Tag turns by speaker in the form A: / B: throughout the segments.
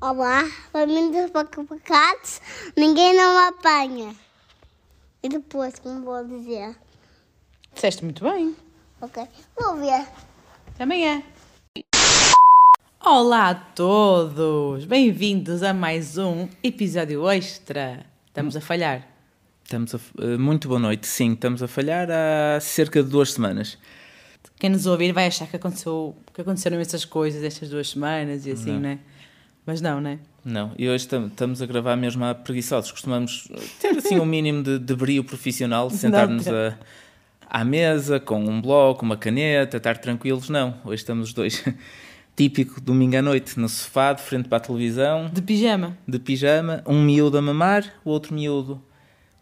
A: ao ar, famintos pacatos, ninguém não apanha. E depois, como vou dizer?
B: Disseste muito bem.
A: Ok, vou ver.
B: Também é. Olá a todos! Bem-vindos a mais um episódio extra. Estamos a falhar.
C: Estamos a, eh, muito boa noite, sim, estamos a falhar há cerca de duas semanas.
B: Quem nos ouvir vai achar que, aconteceu, que aconteceram essas coisas estas duas semanas e assim, não. né? Mas não, né?
C: Não, e hoje tam- estamos a gravar mesmo à preguiçosos. Costumamos ter assim um mínimo de, de brio profissional, sentar-nos a- à mesa com um bloco, uma caneta, estar tranquilos. Não, hoje estamos os dois. Típico domingo à noite, no sofá, de frente para a televisão,
B: De pijama.
C: de pijama, um miúdo a mamar, o outro miúdo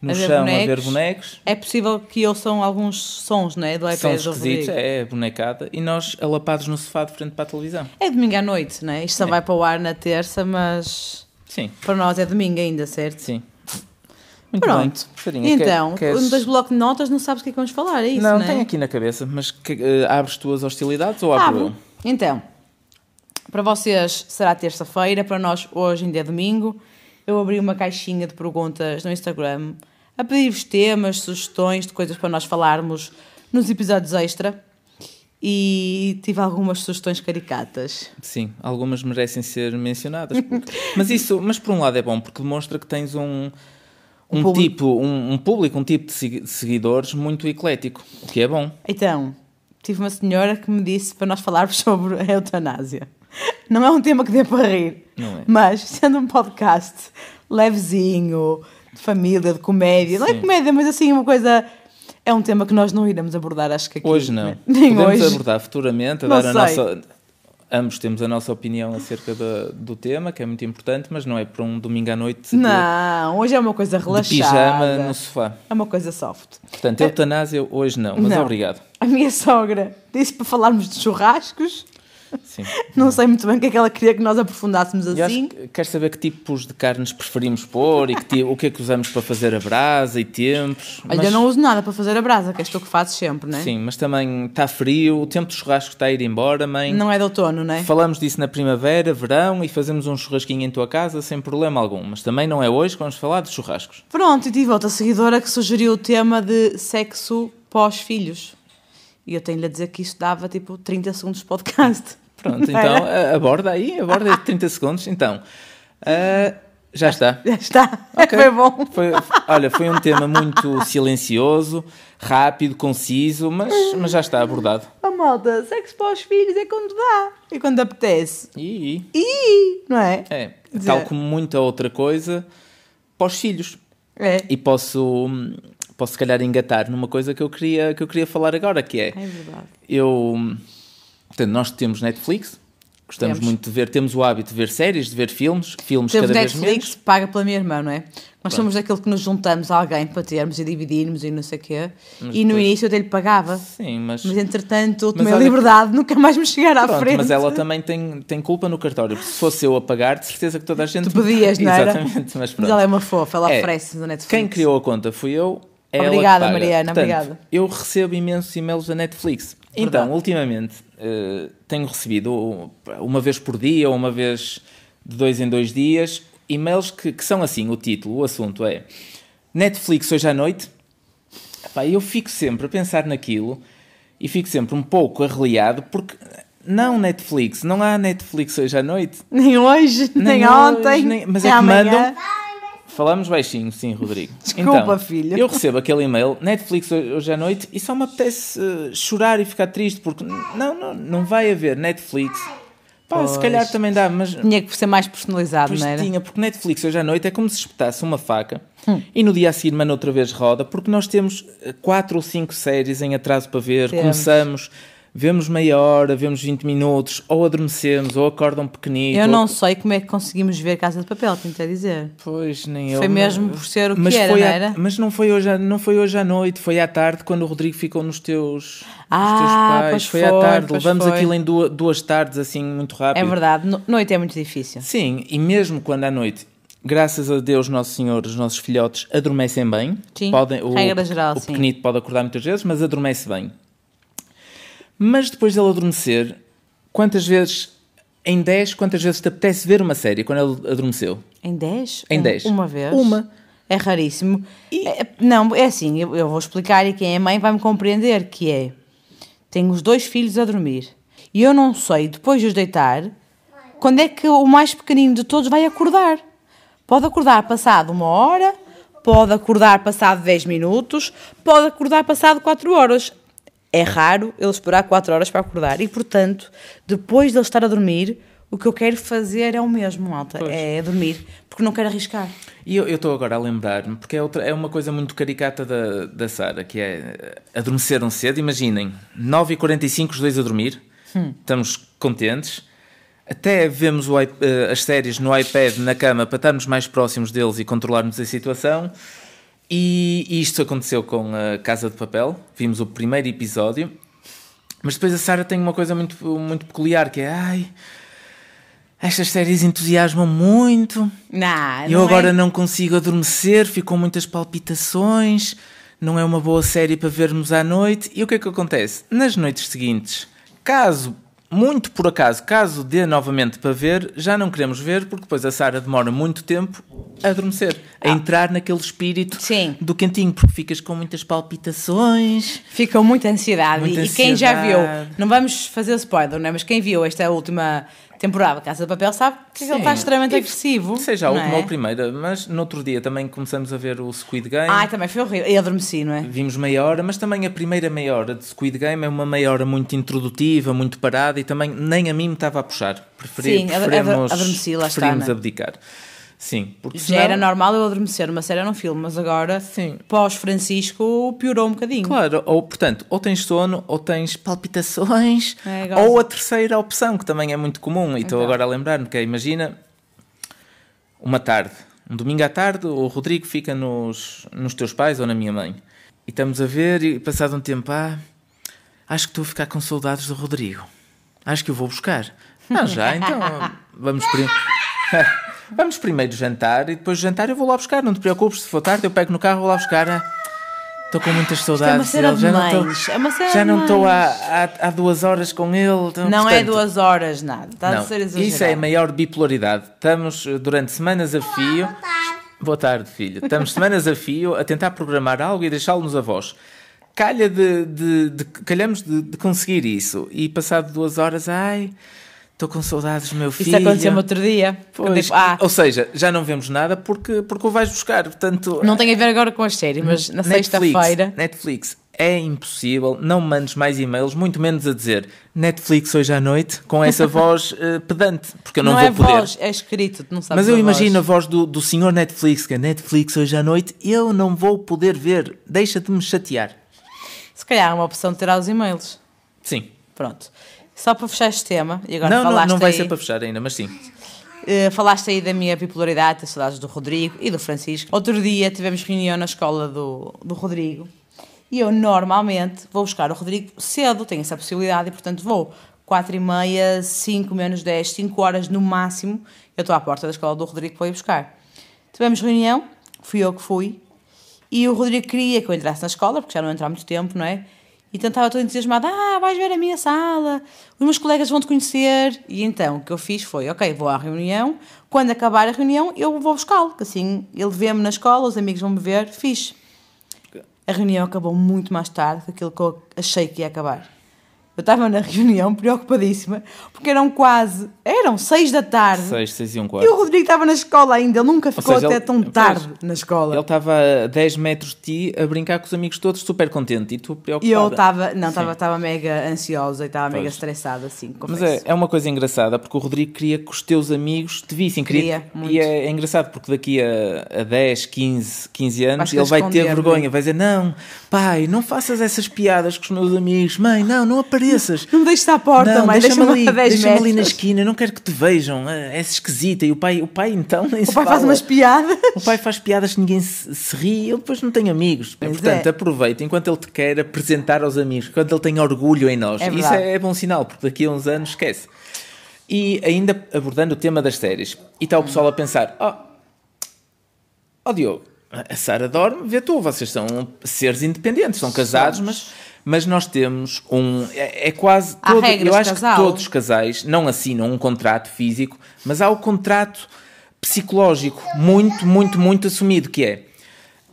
C: no
B: A ver
C: chão a ver
B: bonecos.
C: bonecos.
B: É possível que ouçam alguns sons, né? Do iPad
C: São
B: do
C: esquisitos,
B: Rodrigo.
C: é bonecada. E nós alapados no sofá, de frente para a televisão.
B: É domingo à noite, né?
C: É.
B: Isto só vai para o ar na terça, mas
C: Sim.
B: para nós é domingo ainda, certo?
C: Sim. Muito
B: Pronto.
C: bem. Sarinha, quer-
B: então,
C: queres-
B: um dos blocos de notas não sabes o que é que vamos falar, é isso,
C: Não,
B: né?
C: tenho aqui na cabeça, mas que, eh, abres tu as hostilidades ou
B: Ah,
C: abro
B: bom.
C: eu?
B: Então, para vocês será terça-feira, para nós hoje ainda é domingo. Eu abri uma caixinha de perguntas no Instagram a pedir-vos temas, sugestões de coisas para nós falarmos nos episódios extra e tive algumas sugestões caricatas.
C: Sim, algumas merecem ser mencionadas. porque- mas isso, mas por um lado é bom, porque demonstra que tens um, um,
B: público.
C: tipo, um, um público, um tipo de segui- de seguidores muito eclético, o que é bom.
B: Então, tive uma senhora que me disse para nós falarmos sobre a eutanásia. Não é um tema que dê para rir.
C: Não é.
B: Mas, sendo um podcast levezinho, de família, de comédia. Não é
C: Sim.
B: comédia, mas assim, uma coisa... É um tema que nós não iremos abordar, acho que aqui.
C: Hoje não.
B: né? Nem
C: Podemos
B: hoje.
C: abordar futuramente, a
B: Não
C: dar a
B: sei.
C: nossa. Ambos temos a nossa opinião acerca da- do tema, que é muito importante, mas não é para um domingo à noite de-
B: Não, hoje é uma coisa
C: de pijama
B: relaxada.
C: no sofá.
B: É uma coisa soft.
C: Portanto, eutanásia hoje não, mas
B: É- Não.
C: obrigado.
B: A minha sogra disse para falarmos de churrascos.
C: Sim.
B: Não sei muito bem o que é que ela queria que nós aprofundássemos
C: E
B: assim.
C: acho que queres saber que tipos de carnes preferimos pôr e que ti- o que é que usamos para fazer a brasa e tempos.
B: Olha, eu não uso nada para fazer a brasa, que és tu que fazes sempre, não é?
C: Sim, mas também está frio, o tempo do churrasco está a ir embora, mãe.
B: Não é de outono, não é?
C: Falamos disso na primavera, verão e fazemos um churrasquinho em tua casa sem problema algum. Mas também não é hoje que vamos falar de churrascos.
B: Pronto, e tive outra seguidora que sugeriu o tema de sexo pós-filhos. E eu tenho-lhe a dizer que isto dava tipo 30 segundos de podcast.
C: Pronto,
B: Não
C: então
B: era?
C: a- aborda aí, aborda aí 30 segundos. Então, ah, já está.
B: Já está.
C: Ok.
B: Foi bom.
C: Foi- olha, foi um tema muito silencioso, rápido, conciso, mas, mas já está abordado.
B: Oh, malta, sexo pós-filhos é quando dá. E quando apetece.
C: E, e-
B: E não é?
C: é,
B: Dizer-
C: tal como muita outra coisa, para os filhos.
B: É.
C: E posso, hum, posso se calhar engatar numa coisa que eu queria, que eu queria falar agora, que é,
B: É verdade.
C: eu, hum, portanto, nós temos Netflix, gostamos
B: Temos.
C: muito de ver, temos o hábito de ver séries, de ver filmes, filmes
B: Temos
C: cada vez
B: Netflix,
C: menos.
B: paga pela minha irmã, não é? Nós somos daquele que nos juntamos a alguém para termos e dividirmos e não sei o quê. e no
C: depois-
B: início eu até lhe pagava.
C: Sim, mas...
B: Mas entretanto, eu tomei a
C: olha que-
B: liberdade, nunca mais me chegar à
C: Pronto,
B: frente.
C: mas ela tá- também tem, tem culpa no cartório. porque Se fosse eu a pagar, de certeza que toda a gente.
B: Tu pedias, não era?
C: Exatamente, mas
B: Mas
C: pronto.
B: ela é uma fofa, ela
C: É.
B: oferece na Netflix.
C: Quem criou a conta fui eu. É ela que
B: Obrigada,
C: paga.
B: Mariana,
C: Portanto,
B: obrigada.
C: Eu recebo imensos e-mails da Netflix.
B: Verdade.
C: Então, ultimamente, eh, tenho recebido uma vez por dia ou uma vez de dois em dois dias e-mails que, que são assim: o título, o assunto é Netflix hoje à noite. Epá, eu fico sempre a pensar naquilo e fico sempre um pouco arreliado porque. Não Netflix, não há Netflix hoje à noite.
B: Nem hoje, nem,
C: Nem
B: ontem.
C: hoje, nem- mas
B: nem
C: é que
B: amanhã.
C: mandam- Falamos baixinho, sim, Rodrigo. Então,
B: Desculpa, filho.
C: Eu recebo aquele e-mail, Netflix hoje à noite, e só me apetece eh, chorar e ficar triste, porque n- não, não, não vai haver Netflix. Pá, se
B: Pois.
C: calhar também dá, mas
B: Tinha que ser mais personalizado,
C: pois
B: não era?
C: tinha, porque Netflix hoje à noite é como se espetasse uma faca
B: Hum.
C: e no dia a seguir manda outra vez roda, porque nós temos eh, quatro ou cinco séries em atraso para ver,
B: Temos.
C: começamos, vemos meia hora, vemos 20 minutos, ou adormecemos, ou acordam pequenito.
B: Eu
C: ou-
B: não sei como é que conseguimos ver Casa de Papel, tentei dizer.
C: Pois, nem eu.
B: Foi
C: mas-
B: mesmo por ser o que era,
C: foi
B: não
C: à-
B: era?
C: Mas não foi, hoje, à- não foi hoje à noite, foi à tarde, quando o Rodrigo ficou nos teus,
B: Ah,
C: nos teus
B: pois
C: pais. Foi,
B: foi,
C: à tarde,
B: pois
C: levamos
B: foi.
C: aquilo em duas, duas tardes, assim, muito rápido.
B: É verdade, no- noite é muito difícil.
C: Sim, e mesmo quando à noite, graças a Deus, Nosso Senhor, os nossos filhotes adormecem bem.
B: Sim,
C: Podem, o,
B: regra geral,
C: o
B: sim.
C: pequenito pode acordar muitas vezes, mas adormece bem. Mas depois dele adormecer, quantas vezes Em 10, quantas vezes te apetece ver uma série quando ele adormeceu?
B: Em 10?
C: Em
B: Um-
C: 10.
B: Uma vez?
C: Uma.
B: É raríssimo. É- não, é assim, eu, eu vou explicar e quem é mãe vai me compreender que é. Tenho os dois filhos a dormir e eu não sei, depois de os deitar, quando é que o mais pequenino de todos vai acordar. Pode acordar passado uma hora, pode acordar passado 10 minutos, pode acordar passado 4 horas. É raro ele esperar 4 horas para acordar e, portanto, depois de ele estar a dormir, o que eu quero fazer é o mesmo, malta, é dormir, porque não quero arriscar.
C: E eu eu estou agora a lembrar-me, porque é, outra, é uma coisa muito caricata da, da Sara, que é eh, adormeceram cedo, imaginem, 9h45 os dois a dormir, estamos contentes, até vemos o i- eh, as séries no iPad na cama para estarmos mais próximos deles e controlarmos a situação. E, e isto aconteceu com a Casa de Papel, vimos o primeiro episódio, mas depois a Sara tem uma coisa muito, muito peculiar, que é ai, estas séries entusiasmam muito.
B: Não,
C: Eu
B: não
C: agora
B: é.
C: não consigo adormecer, fico com muitas palpitações, não é uma boa série para vermos à noite. E o que é que acontece? Nas noites seguintes, caso, muito por acaso, caso dê novamente para ver, já não queremos ver, porque depois a Sara demora muito tempo a adormecer, a entrar naquele espírito
B: Ah. Sim.
C: do cantinho, porque ficas com muitas palpitações.
B: Fica muita ansiedade.
C: Muita
B: e quem já viu,
C: ansiedade.
B: não vamos fazer spoiler, não é? mas quem viu esta última temporada de Casa de Papel sabe que ele
C: Sim.
B: está extremamente
C: E-
B: agressivo.
C: Seja a
B: não
C: última
B: é?
C: ou a primeira, mas no outro dia também começamos a ver o Squid Game.
B: Ai, também foi horrível. Eu adormeci, não é?
C: Vimos meia hora, mas também a primeira meia hora de Squid Game é uma meia hora muito introdutiva, muito parada e também nem a mim me estava a puxar. Preferi,
B: Sim, ad- ad-
C: preferimos,
B: adormeci, lá está,
C: preferimos
B: né?
C: abdicar. Sim, porque
B: Já
C: senão,
B: era normal eu adormecer numa série ou num filme, mas agora,
C: Sim.
B: pós-Francisco, piorou um bocadinho.
C: Claro, ou portanto, ou tens sono, ou tens palpitações,
B: É, goza.
C: ou a terceira opção, que também é muito comum, e estou agora a lembrar-me que é, imagina uma tarde, um domingo à tarde, o Rodrigo fica nos, nos teus pais ou na minha mãe. E estamos a ver, e passado um tempo, ah, acho que estou a ficar com saudades do Rodrigo. Acho que o vou buscar. Não, já, então vamos primeiro. Vamos primeiro jantar e depois do jantar eu vou lá buscar. Não te preocupes, se for tarde eu pego no carro vou lá buscar. Ah, Estou com muitas saudades.
B: é cena
C: dele,
B: de mães, é uma cena
C: já
B: de
C: não estou há,
B: mães.
C: há, há duas horas com ele. então,
B: Não é
C: portanto,
B: duas horas, nada. Está a
C: não.
B: ser exagerado.
C: Isso é a maior bipolaridade. Estamos eh, durante semanas a fio.
A: Tá,
C: Boa tarde, filho. Estamos semanas a fio a tentar programar algo e deixá-lo nos avós. Calha de, de- de- calhamos de, de conseguir isso. E passado duas horas, ai, estou com saudades do meu filho.
B: Isso aconteceu-me outro dia. Eu
C: Pois,
B: digo, ah,
C: Ou seja, já não vemos nada porque, porque o vais buscar. Portanto,
B: não tem a ver agora com as séries, mas na
C: Netflix,
B: sexta-feira.
C: Netflix, é impossível. Não mandes mais e-mails, muito menos a dizer Netflix hoje à noite com essa voz eh, pedante, porque eu não,
B: não
C: vou
B: é
C: poder.
B: voz, é escrito, tu não sabes
C: Mas
B: a
C: eu
B: voz.
C: imagino a voz do, do senhor Netflix, que é Netflix hoje à noite, eu não vou poder ver, deixa-te me chatear.
B: Se calhar é uma opção de tirar os e-mails.
C: Sim.
B: Pronto. Só para fechar este tema, e agora
C: não, não,
B: falaste,
C: não vai
B: aí,
C: ser para fechar ainda, mas sim.
B: eh, falaste aí da minha bipolaridade, das saudades do Rodrigo e do Francisco. Outro dia tivemos reunião na escola do, do Rodrigo e eu normalmente vou buscar o Rodrigo cedo, tenho essa possibilidade e portanto vou 4 e meia, 5 menos 10, 5 horas no máximo. Eu estou à porta da escola do Rodrigo para ir buscar. Tivemos reunião, fui eu que fui, e o Rodrigo queria que eu entrasse na escola, porque já não entro há muito tempo, não é? E então estava todo entusiasmado, ah, vais ver a minha sala, os meus colegas vão te conhecer. E então o que eu fiz foi, ok, vou à reunião, quando acabar a reunião eu vou buscá-lo, que assim ele vê-me na escola, os amigos vão me ver, fixe. A reunião acabou muito mais tarde do que aquilo que eu achei que ia acabar. Eu estava na reunião preocupadíssima, porque eram quase, eram seis da tarde,
C: 6, 6 e um
B: e o
C: quarto.
B: Rodrigo estava na escola ainda, ele nunca ficou
C: seja,
B: até
C: ele-
B: tão
C: pois,
B: tarde na escola.
C: Ele estava a 10 metros de ti a brincar com os amigos todos, super contente, e tu preocupada.
B: E eu estava, não,
C: Sim.
B: estava mega ansiosa e estava mega
C: Pois.
B: estressada, assim, confesso.
C: Mas é, é uma coisa engraçada, porque o Rodrigo queria que os teus amigos te vissem. Queria,
B: Queria, muito.
C: e é, é engraçado, porque daqui a, a 10, 15, 15 anos,
B: Vais-te
C: ele vai ter
B: esconder,
C: vergonha. Vai dizer, não, pai, não faças essas piadas com os meus amigos. Mãe, não, não apareças.
B: Não me deixes à porta,
C: Não,
B: mãe,
C: deixa-me
B: deixa-me ali,
C: ali,
B: a 10
C: deixa-me ali na
B: metros.
C: esquina, não quero que te vejam. É és esquisita. E o pai, o pai então, nem
B: O pai faz umas piadas.
C: o pai faz piadas que ninguém se, se ri, ele depois não tem amigos.
B: Pois
C: Portanto,
B: é.
C: aproveita enquanto ele te quer apresentar aos amigos, enquanto ele tem orgulho em nós.
B: É
C: Isso
B: verdade.
C: é, é bom sinal, porque daqui a uns anos esquece. E ainda abordando o tema das séries, e
B: Hum.
C: está o pessoal a pensar: "Ah, ó, ó Diogo, a Sara dorme, vê tu, vocês são seres independentes, são casados, mas, Mas nós temos um. É, é quase.
B: Há
C: todo-
B: regras
C: eu
B: de
C: acho que
B: casal.
C: todos os casais não assinam um contrato físico, mas há o contrato psicológico muito, muito, muito assumido, que é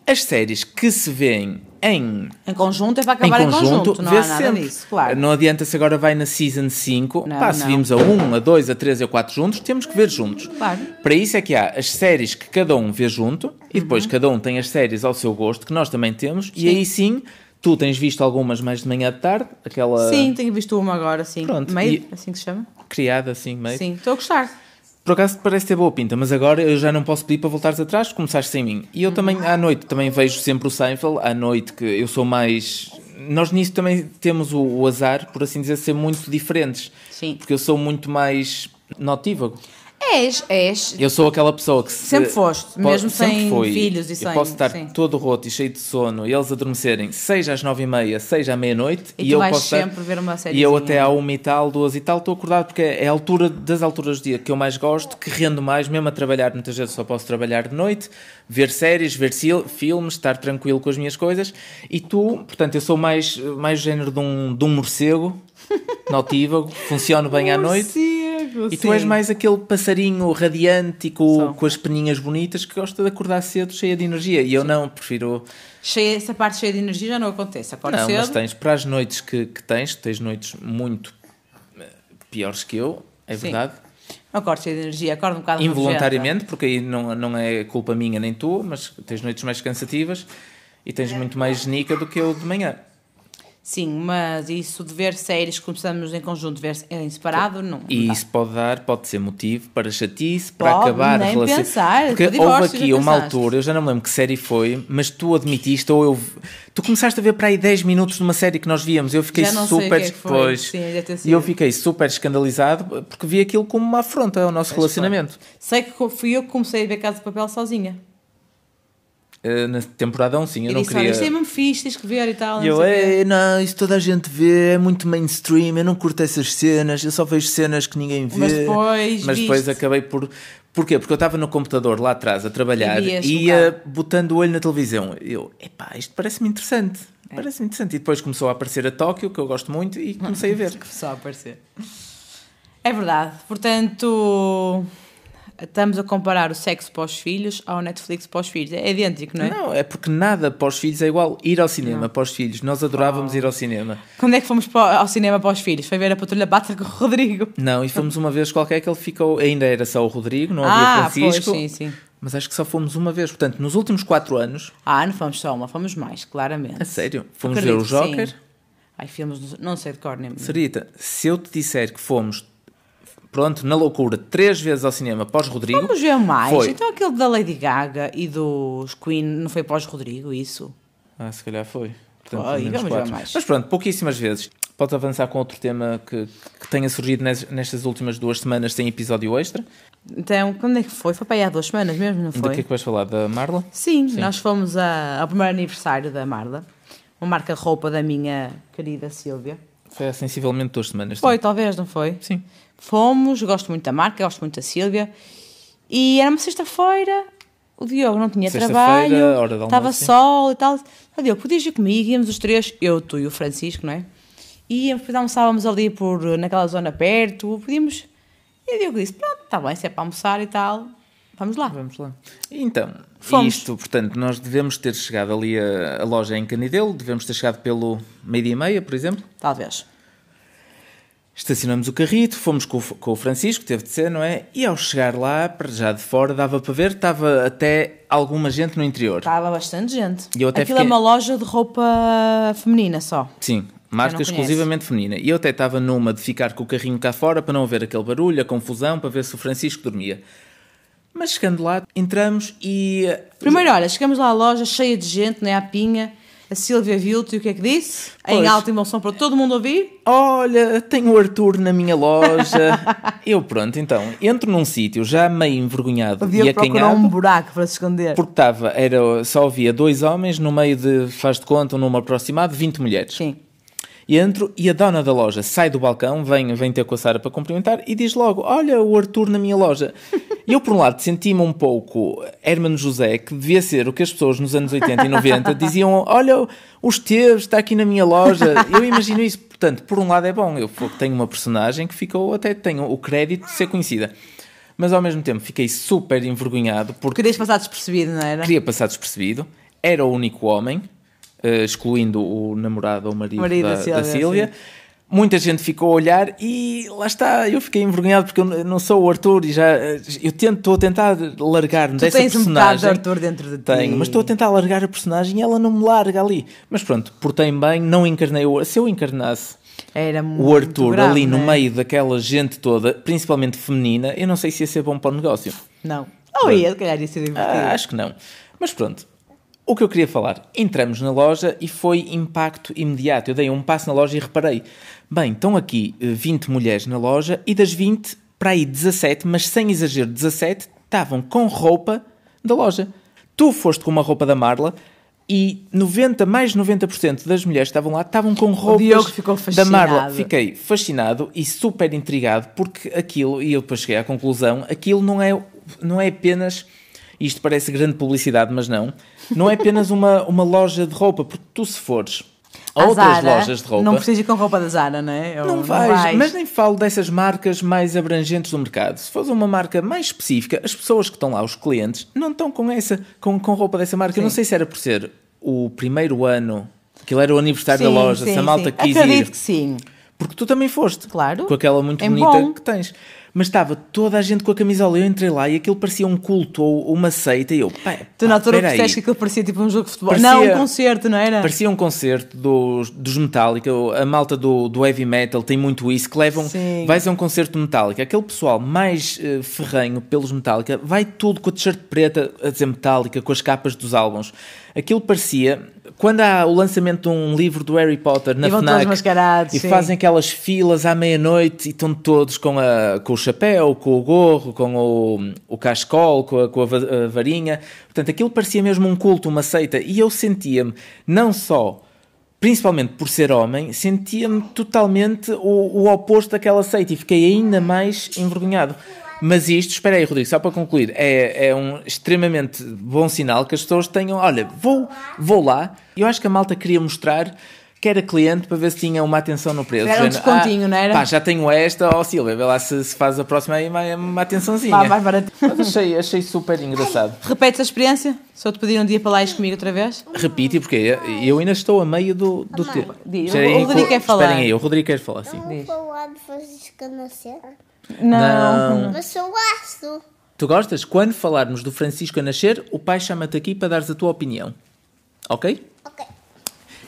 C: as séries que se vêem em
B: Em conjunto é para acabar em conjunto, não há
C: vê-se
B: nada
C: sempre. É
B: disso, claro.
C: Não adianta se agora vai na Season 5.
B: Não,
C: Pá, se
B: não.
C: vimos a 1, a 2, a 3 e a 4 juntos, temos que ver juntos.
B: Claro.
C: Para isso é que há as séries que cada um vê junto e depois
B: Uhum.
C: cada um tem as séries ao seu gosto, que nós também temos, e aí sim, tu tens visto algumas mais de manhã de tarde, aquela
B: Sim, tenho visto uma agora, sim.
C: Ah. Pronto,
B: Made,
C: e-
B: assim que se chama.
C: criada assim meio.
B: Sim, estou a gostar.
C: Por acaso parece ter boa pinta, mas agora eu já não posso pedir para voltares atrás, começaste sem mim.
B: Uhum.
C: E eu também, à noite, também vejo sempre o Seinfeld, à noite que eu sou mais... Nós nisso também temos o, o azar, por assim dizer, de ser muito diferentes.
B: Sim.
C: Porque eu sou muito mais notívago.
B: És, és.
C: Eu sou aquela pessoa que se-
B: Sempre foste,
C: po-
B: mesmo
C: sempre
B: sem
C: fui.
B: filhos e
C: eu
B: sem-
C: posso estar
B: sim.
C: todo roto e cheio de sono e eles adormecerem, seja às nove e meia, seja à meia-noite.
B: E
C: E,
B: tu
C: eu
B: vais
C: posso estar-
B: sempre ver uma
C: E eu
B: sériezinha.
C: até à uma e tal, duas e tal, estou acordado porque é a altura das alturas do dia que eu mais gosto, que rendo mais, mesmo a trabalhar. Muitas vezes só posso trabalhar de noite, ver séries, ver sil- filmes, estar tranquilo com as minhas coisas. E tu, portanto, eu sou mais, mais género de um, de um morcego. Notívago, funciono bem à noite. E tu és mais aquele passarinho radiante e com,
B: Sou.
C: com as peninhas bonitas que gosta de acordar cedo, cheia de energia. E eu não, prefiro.
B: Cheia, essa parte cheia de energia já não acontece. Acordo
C: não, mas
B: cedo.
C: tens, para as noites que, que tens, tens noites muito eh, piores que eu, é
B: Sim.
C: verdade.
B: Acordo cheia de energia, acordo um bocado
C: Involuntariamente, porque aí não, não é culpa minha nem tua, mas tens noites mais cansativas e
B: É.
C: tens muito mais genica do que eu de manhã.
B: rabugenta. Sim, mas isso de ver séries que começamos em conjunto, ver em separado, não.
C: E isso pode dar, pode ser motivo para chatice, para
B: Pode,
C: acabar a
B: nem
C: relação.
B: pensar,
C: Porque
B: para divórcio,
C: houve
B: já
C: aqui uma
B: pensaste?
C: altura, eu já não me lembro que série foi, mas tu admitiste, ou eu. Tu começaste a ver para aí 10 minutos de uma série que nós víamos, eu fiquei
B: Já não sei o
C: super.
B: que é que foi.
C: pois.
B: Sim, deve ter
C: e eu
B: sido.
C: fiquei super escandalizado porque vi aquilo como uma afronta ao nosso relacionamento.
B: Sei que co- fui eu que comecei a ver Casa de Papel sozinha.
C: Eh, na temporada 1, sim, eu
B: e
C: não
B: disse: olha,
C: queria.
B: isto é mesmo fixe, tens que ver e tal.
C: E eu,
B: não sei o quê.
C: é, não, isso toda a gente vê, é muito mainstream, eu não curto essas cenas, eu só vejo cenas que ninguém vê.
B: Mas depois
C: Mas depois
B: viste.
C: acabei por. Porquê? Porque eu estava no computador lá atrás a trabalhar
B: E
C: e
B: vias um
C: ia botando o olho na televisão. Eu, epá, isto parece-me interessante.
B: É.
C: Parece-me interessante. E depois começou a aparecer a Tóquio, que eu gosto muito, e comecei a ver.
B: Só aparecer. É verdade. Portanto, estamos a comparar o sexo para os filhos ao Netflix para os filhos. É idêntico, não é?
C: Não, é porque nada para os filhos é igual ir ao cinema para os filhos. Nós
B: Oh.
C: adorávamos ir ao cinema.
B: Quando é que fomos para- ao cinema para os filhos? Foi ver a Patrulha Pátria com o Rodrigo.
C: Não, e fomos uma vez qualquer que ele ficou. Ainda era só o Rodrigo, não havia
B: ah, pois,
C: Francisco.
B: sim, sim.
C: Mas acho que só fomos uma vez. Portanto, nos últimos quatro anos,
B: Ah, não fomos só uma, fomos mais, claramente.
C: a sério, fomos
B: Acredito
C: ver o
B: que
C: Joker.
B: sim. Ai, filmes, não sei de cor nem.
C: Sarita, se eu te disser que fomos, pronto, na loucura, três vezes ao cinema pós-Rodrigo.
B: Vamos ver mais.
C: Foi.
B: Então aquele da Lady Gaga e dos Queen não foi pós Rodrigo, isso?
C: Ah, se calhar foi. Portanto,
B: Foi,
C: pelo menos
B: vamos ver
C: quatro.
B: mais.
C: Mas pronto, pouquíssimas vezes. Podes avançar com outro tema que, que tenha surgido nes- nestas últimas duas semanas sem episódio extra.
B: Então, quando é que foi? Foi para aí há duas semanas mesmo, não foi?
C: Do que é que vais falar? Da Marla?
B: Sim, nós fomos a- ao primeiro aniversário da Marla, uma marca de roupa da minha querida Silvia.
C: Foi há sensivelmente duas semanas.
B: Foi, talvez, não foi?
C: Sim.
B: Fomos, gosto muito da marca, gosto muito da Silvia. E era uma sexta-feira, o Diogo não tinha
C: Sexta-feira, hora de
B: trabalho, estava
C: almoço, sim.
B: sol e tal. Ah, Diogo, podias ir comigo, íamos os três, eu, tu e o Francisco, não é? E depois almoçávamos ali por, naquela zona perto, podíamos... E o Diogo disse, pronto, está bem, se é para almoçar e tal, vamos lá.
C: Vamos lá. Então,
B: Fomos.
C: isto, portanto, nós devemos ter chegado ali a, a loja em Canidelo, devemos ter chegado pelo meio-dia e meia, por exemplo.
B: Talvez.
C: Estacionamos o carrito, fomos com o, F- com o Francisco, teve de ser, não é? E ao chegar lá, para já de fora, dava para ver, estava até alguma gente no interior.
B: Estava bastante gente.
C: E eu até
B: Aquilo
C: fiquei-
B: é uma loja de roupa feminina só.
C: Sim, marca
B: conheço.
C: exclusivamente feminina. E eu até estava numa de ficar com o carrinho cá fora para não haver aquele barulho, a confusão, para ver se o Francisco dormia. Mas chegando lá, entramos e.
B: Primeiro, olha, chegamos lá à loja cheia de gente, né? A Pinha, a Silvia viu-te e o que é que disse? Em
C: Pois.
B: alto e bom som para todo mundo ouvir.
C: Olha, tenho o Arthur na minha loja. eu, pronto, então, entro num sítio já meio envergonhado e acanhado.
B: um buraco para se esconder.
C: Porque estava, era, só havia dois homens no meio de, faz de conta, um número aproximado, 20 mulheres.
B: Sim.
C: Entro e a dona da loja sai do balcão, vem, vem ter com a Sara para cumprimentar e diz logo: Olha, o Arthur na minha loja. E eu, por um lado, senti-me um pouco Hermano José, que devia ser o que as pessoas nos anos 80 e 90 diziam: Olha, o Esteves está aqui na minha loja. Eu imagino isso. Portanto, por um lado é bom, eu tenho uma personagem que ficou, até tenho o crédito de ser conhecida. Mas ao mesmo tempo fiquei super envergonhado porque
B: Querias passar despercebido, não era?
C: queria passar despercebido, era o único homem, eh, excluindo o namorado ou marido,
B: Marido da
C: da, da
B: Sílvia,
C: Sílvia. Muita gente ficou a olhar e lá está, eu fiquei envergonhado porque eu n- não sou o Arthur e já eh, eu tento, estou a tentar largar-me
B: Tu
C: dessa
B: tens um bocado de
C: personagem.
B: Arthur dentro de ti.
C: Tenho, mas estou a tentar largar a personagem e ela não me larga ali. Mas pronto, portei bem, não encarnei o. Se eu encarnasse
B: Era
C: o
B: muito
C: Arthur
B: grave,
C: ali no
B: não é?
C: meio daquela gente toda, principalmente feminina, eu não sei se ia ser bom para o negócio.
B: Não. Não ia, se calhar ia ser divertido.
C: Ah, acho que não. Mas pronto. O que eu queria falar, entramos na loja e foi impacto imediato. Eu dei um passo na loja e reparei. Bem, estão aqui eh, 20 mulheres na loja e das 20, para aí 17, mas sem exagero, 17 estavam com roupa da loja. Tu foste com uma roupa da Marla e 90, mais de 90% das mulheres que estavam lá estavam com roupas
B: Diogo ficou
C: da Marla.
B: fascinado.
C: Fiquei fascinado e super intrigado porque aquilo, e eu depois cheguei à conclusão, aquilo não é, não é apenas. Isto parece grande publicidade, mas não. Não é apenas uma, uma loja de roupa, porque tu se fores a
B: A
C: outras
B: Ah, Zara,
C: lojas de roupa.
B: Não precisas ir com roupa da Zara, não é? Ou
C: Não vais, mas nem falo dessas marcas mais abrangentes do mercado. Se fosse uma marca mais específica, as pessoas que estão lá, os clientes, não estão com essa, com, com roupa dessa marca. Eu não sei se era por ser o primeiro ano, aquilo era o aniversário
B: Sim,
C: da loja,
B: sim,
C: se a malta
B: sim.
C: quis
B: Acredito
C: ir.
B: que sim.
C: Porque tu também foste.
B: Claro.
C: Com aquela muito
B: Em
C: bonita
B: Uhum. É bom.
C: que tens. Mas estava toda a gente com a camisola. Eu entrei lá e aquilo parecia um culto ou uma seita. E eu, pá,
B: Tu
C: pá,
B: na altura
C: peraí.
B: percebes que aquilo parecia tipo um jogo de futebol.
C: Ah, Parecia-
B: Não, um concerto, não era?
C: Parecia um concerto dos, dos Metallica, a malta do, do heavy metal tem muito isso, que levam,
B: Sim.
C: vais a um concerto de Metallica, aquele pessoal mais eh, ferrenho pelos Metallica, vai tudo com a t-shirt preta a dizer Metallica, com as capas dos álbuns. Aquilo parecia, quando há o lançamento de um livro do Harry Potter na
B: E vão todos
C: FNAC,
B: mascarados,
C: e
B: sim.
C: fazem aquelas filas à meia-noite e estão todos com, a, com o chapéu, com o gorro, com o, o cascol, com, a, com a va- a varinha. Portanto, aquilo parecia mesmo um culto, uma seita. E eu sentia-me, não só, principalmente por ser homem, sentia-me totalmente o, o oposto daquela seita e fiquei ainda mais envergonhado. Mas isto, espera aí, Rodrigo, só para concluir, é, é um extremamente bom sinal que as pessoas tenham. Olha, vou, vou lá. Eu acho que a malta queria mostrar que era cliente para ver se tinha uma atenção no preço.
B: Era um
C: Género,
B: descontinho, não era?
C: "Ah, Pá, já tenho esta, ó Silvia, vê lá se, se faz a próxima aí uma, uma atençãozinha.
B: Vá, vai para ti.
C: Mas achei, achei super engraçado.
B: Repetes a experiência? Se eu te pedir um dia para lá ires comigo outra vez?
C: Repite, porque eu ainda estou a meio do, do tempo.
B: Diz,
C: Espera aí,
B: o Rodrigo
C: co-
B: quer falar.
C: Esperem aí, o Rodrigo quer falar, sim.
A: Vamos falar de fazer nascer.
C: Não.
A: Mas eu acho.
C: Tu gostas? Quando falarmos do Francisco a nascer, o pai chama-te aqui para dares a tua opinião. Ok?
A: Ok.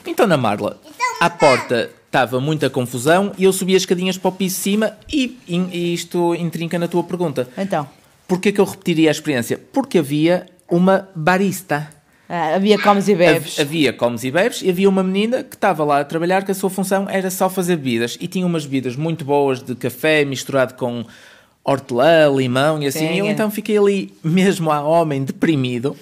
C: Então, na Marla, à porta estava muita confusão e eu subi as escadinhas para o piso de cima e, e isto intrinca na tua pergunta.
B: Então,
C: Porquê que eu repetiria a experiência? Porque havia uma barista.
B: ah, havia comes e bebes.
C: Hav- Havia comes e bebes e havia uma menina que estava lá a trabalhar que a sua função era só fazer bebidas e tinha umas bebidas muito boas de café misturado com hortelã, limão e assim.
B: Sim,
C: eu
B: é.
C: então fiquei ali mesmo a homem deprimido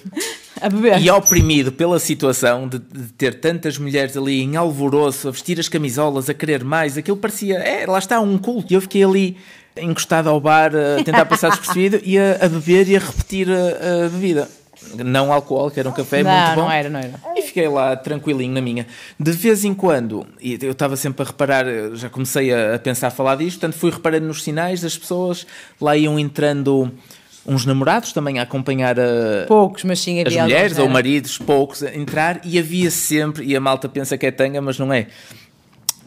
B: A beber.
C: e oprimido pela situação de, de ter tantas mulheres ali em alvoroço, a vestir as camisolas, a querer mais, aquilo parecia, é, lá está um culto. E eu fiquei ali encostado ao bar, a tentar passar despercebido e a, a beber e a repetir a, a bebida. Não alcoólica, era um café
B: não,
C: muito bom.
B: não era, não era.
C: E fiquei lá tranquilinho na minha. De vez em quando, e eu estava sempre a reparar, eu já comecei a, a pensar a falar disto, portanto fui reparando nos sinais das pessoas, lá iam entrando uns namorados também a acompanhar a,
B: Poucos, mas sim havia
C: as
B: alguns,
C: mulheres
B: não
C: ou
B: era?
C: maridos, poucos, a entrar e havia sempre, e a malta pensa que é tanga, mas não é.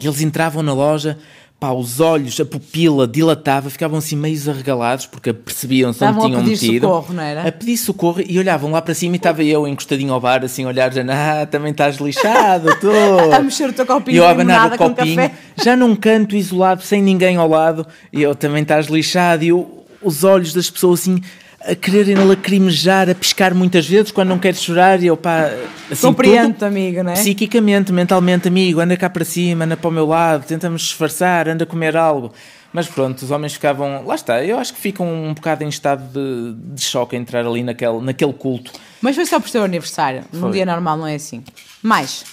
C: Eles entravam na loja, pá, os olhos, a pupila dilatava, ficavam assim meios arregalados porque percebiam-se onde
B: Estavam a
C: tinham
B: pedir
C: metido.
B: socorro, não era?
C: A pedir socorro e olhavam lá para cima e estava eu encostadinho ao bar, assim, a olhar, já, ah, também estás lixado, tu.
B: A mexer o teu copinho
C: E eu
B: de
C: a abanar o
B: limonada com
C: copinho,
B: café.
C: já num canto isolado, sem ninguém ao lado, e eu também estás lixado, e eu, os olhos das pessoas assim a quererem lacrimejar, a piscar muitas vezes quando não queres chorar, e eu pá, assim,
B: Compreendo-te,
C: tudo,
B: amigo, não é?
C: Psiquicamente, mentalmente, amigo, anda cá para cima, anda para o meu lado, tenta-me disfarçar, anda a comer algo. Mas pronto, os homens ficavam. Lá está, eu acho que ficam um bocado em estado de, de choque a entrar ali naquele, naquele culto.
B: Mas foi só por teu aniversário. Num
C: Foi.
B: dia normal não é assim. Mais.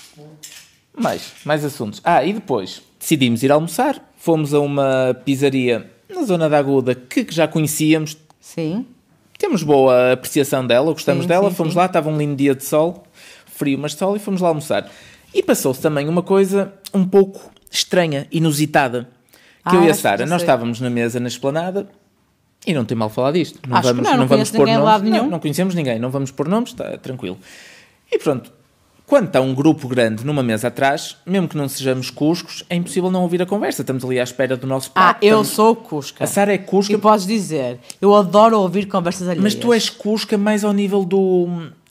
C: Mais, mais assuntos. Ah, e depois decidimos ir almoçar. Fomos a uma pizzaria na zona da Aguda que já conhecíamos.
B: Sim.
C: Temos boa apreciação dela, gostamos
B: Sim,
C: dela.
B: sim,
C: fomos
B: sim.
C: lá, estava um lindo dia de sol, frio, mas de sol, e fomos lá almoçar. E passou-se também uma coisa um pouco estranha, inusitada.
B: Ah,
C: Que eu e a
B: acho que
C: Sara,
B: já
C: nós
B: sei.
C: estávamos na mesa na esplanada e não tem mal falar disto. Não
B: Acho que não,
C: vamos,
B: não
C: vamos
B: conheço
C: pôr
B: ninguém de
C: nomes.
B: lado nenhum.
C: Não, não conhecemos ninguém, não vamos pôr nomes, está tranquilo. E pronto, quando está um grupo grande numa mesa atrás, mesmo que não sejamos cuscos, é impossível não ouvir a conversa. Estamos ali à espera do nosso
B: Ah,
C: papo.
B: eu
C: estamos-
B: sou Cusca.
C: A Sara é cusca,
B: E podes dizer, eu adoro ouvir conversas alheias.
C: mas tu és cusca mais ao nível do,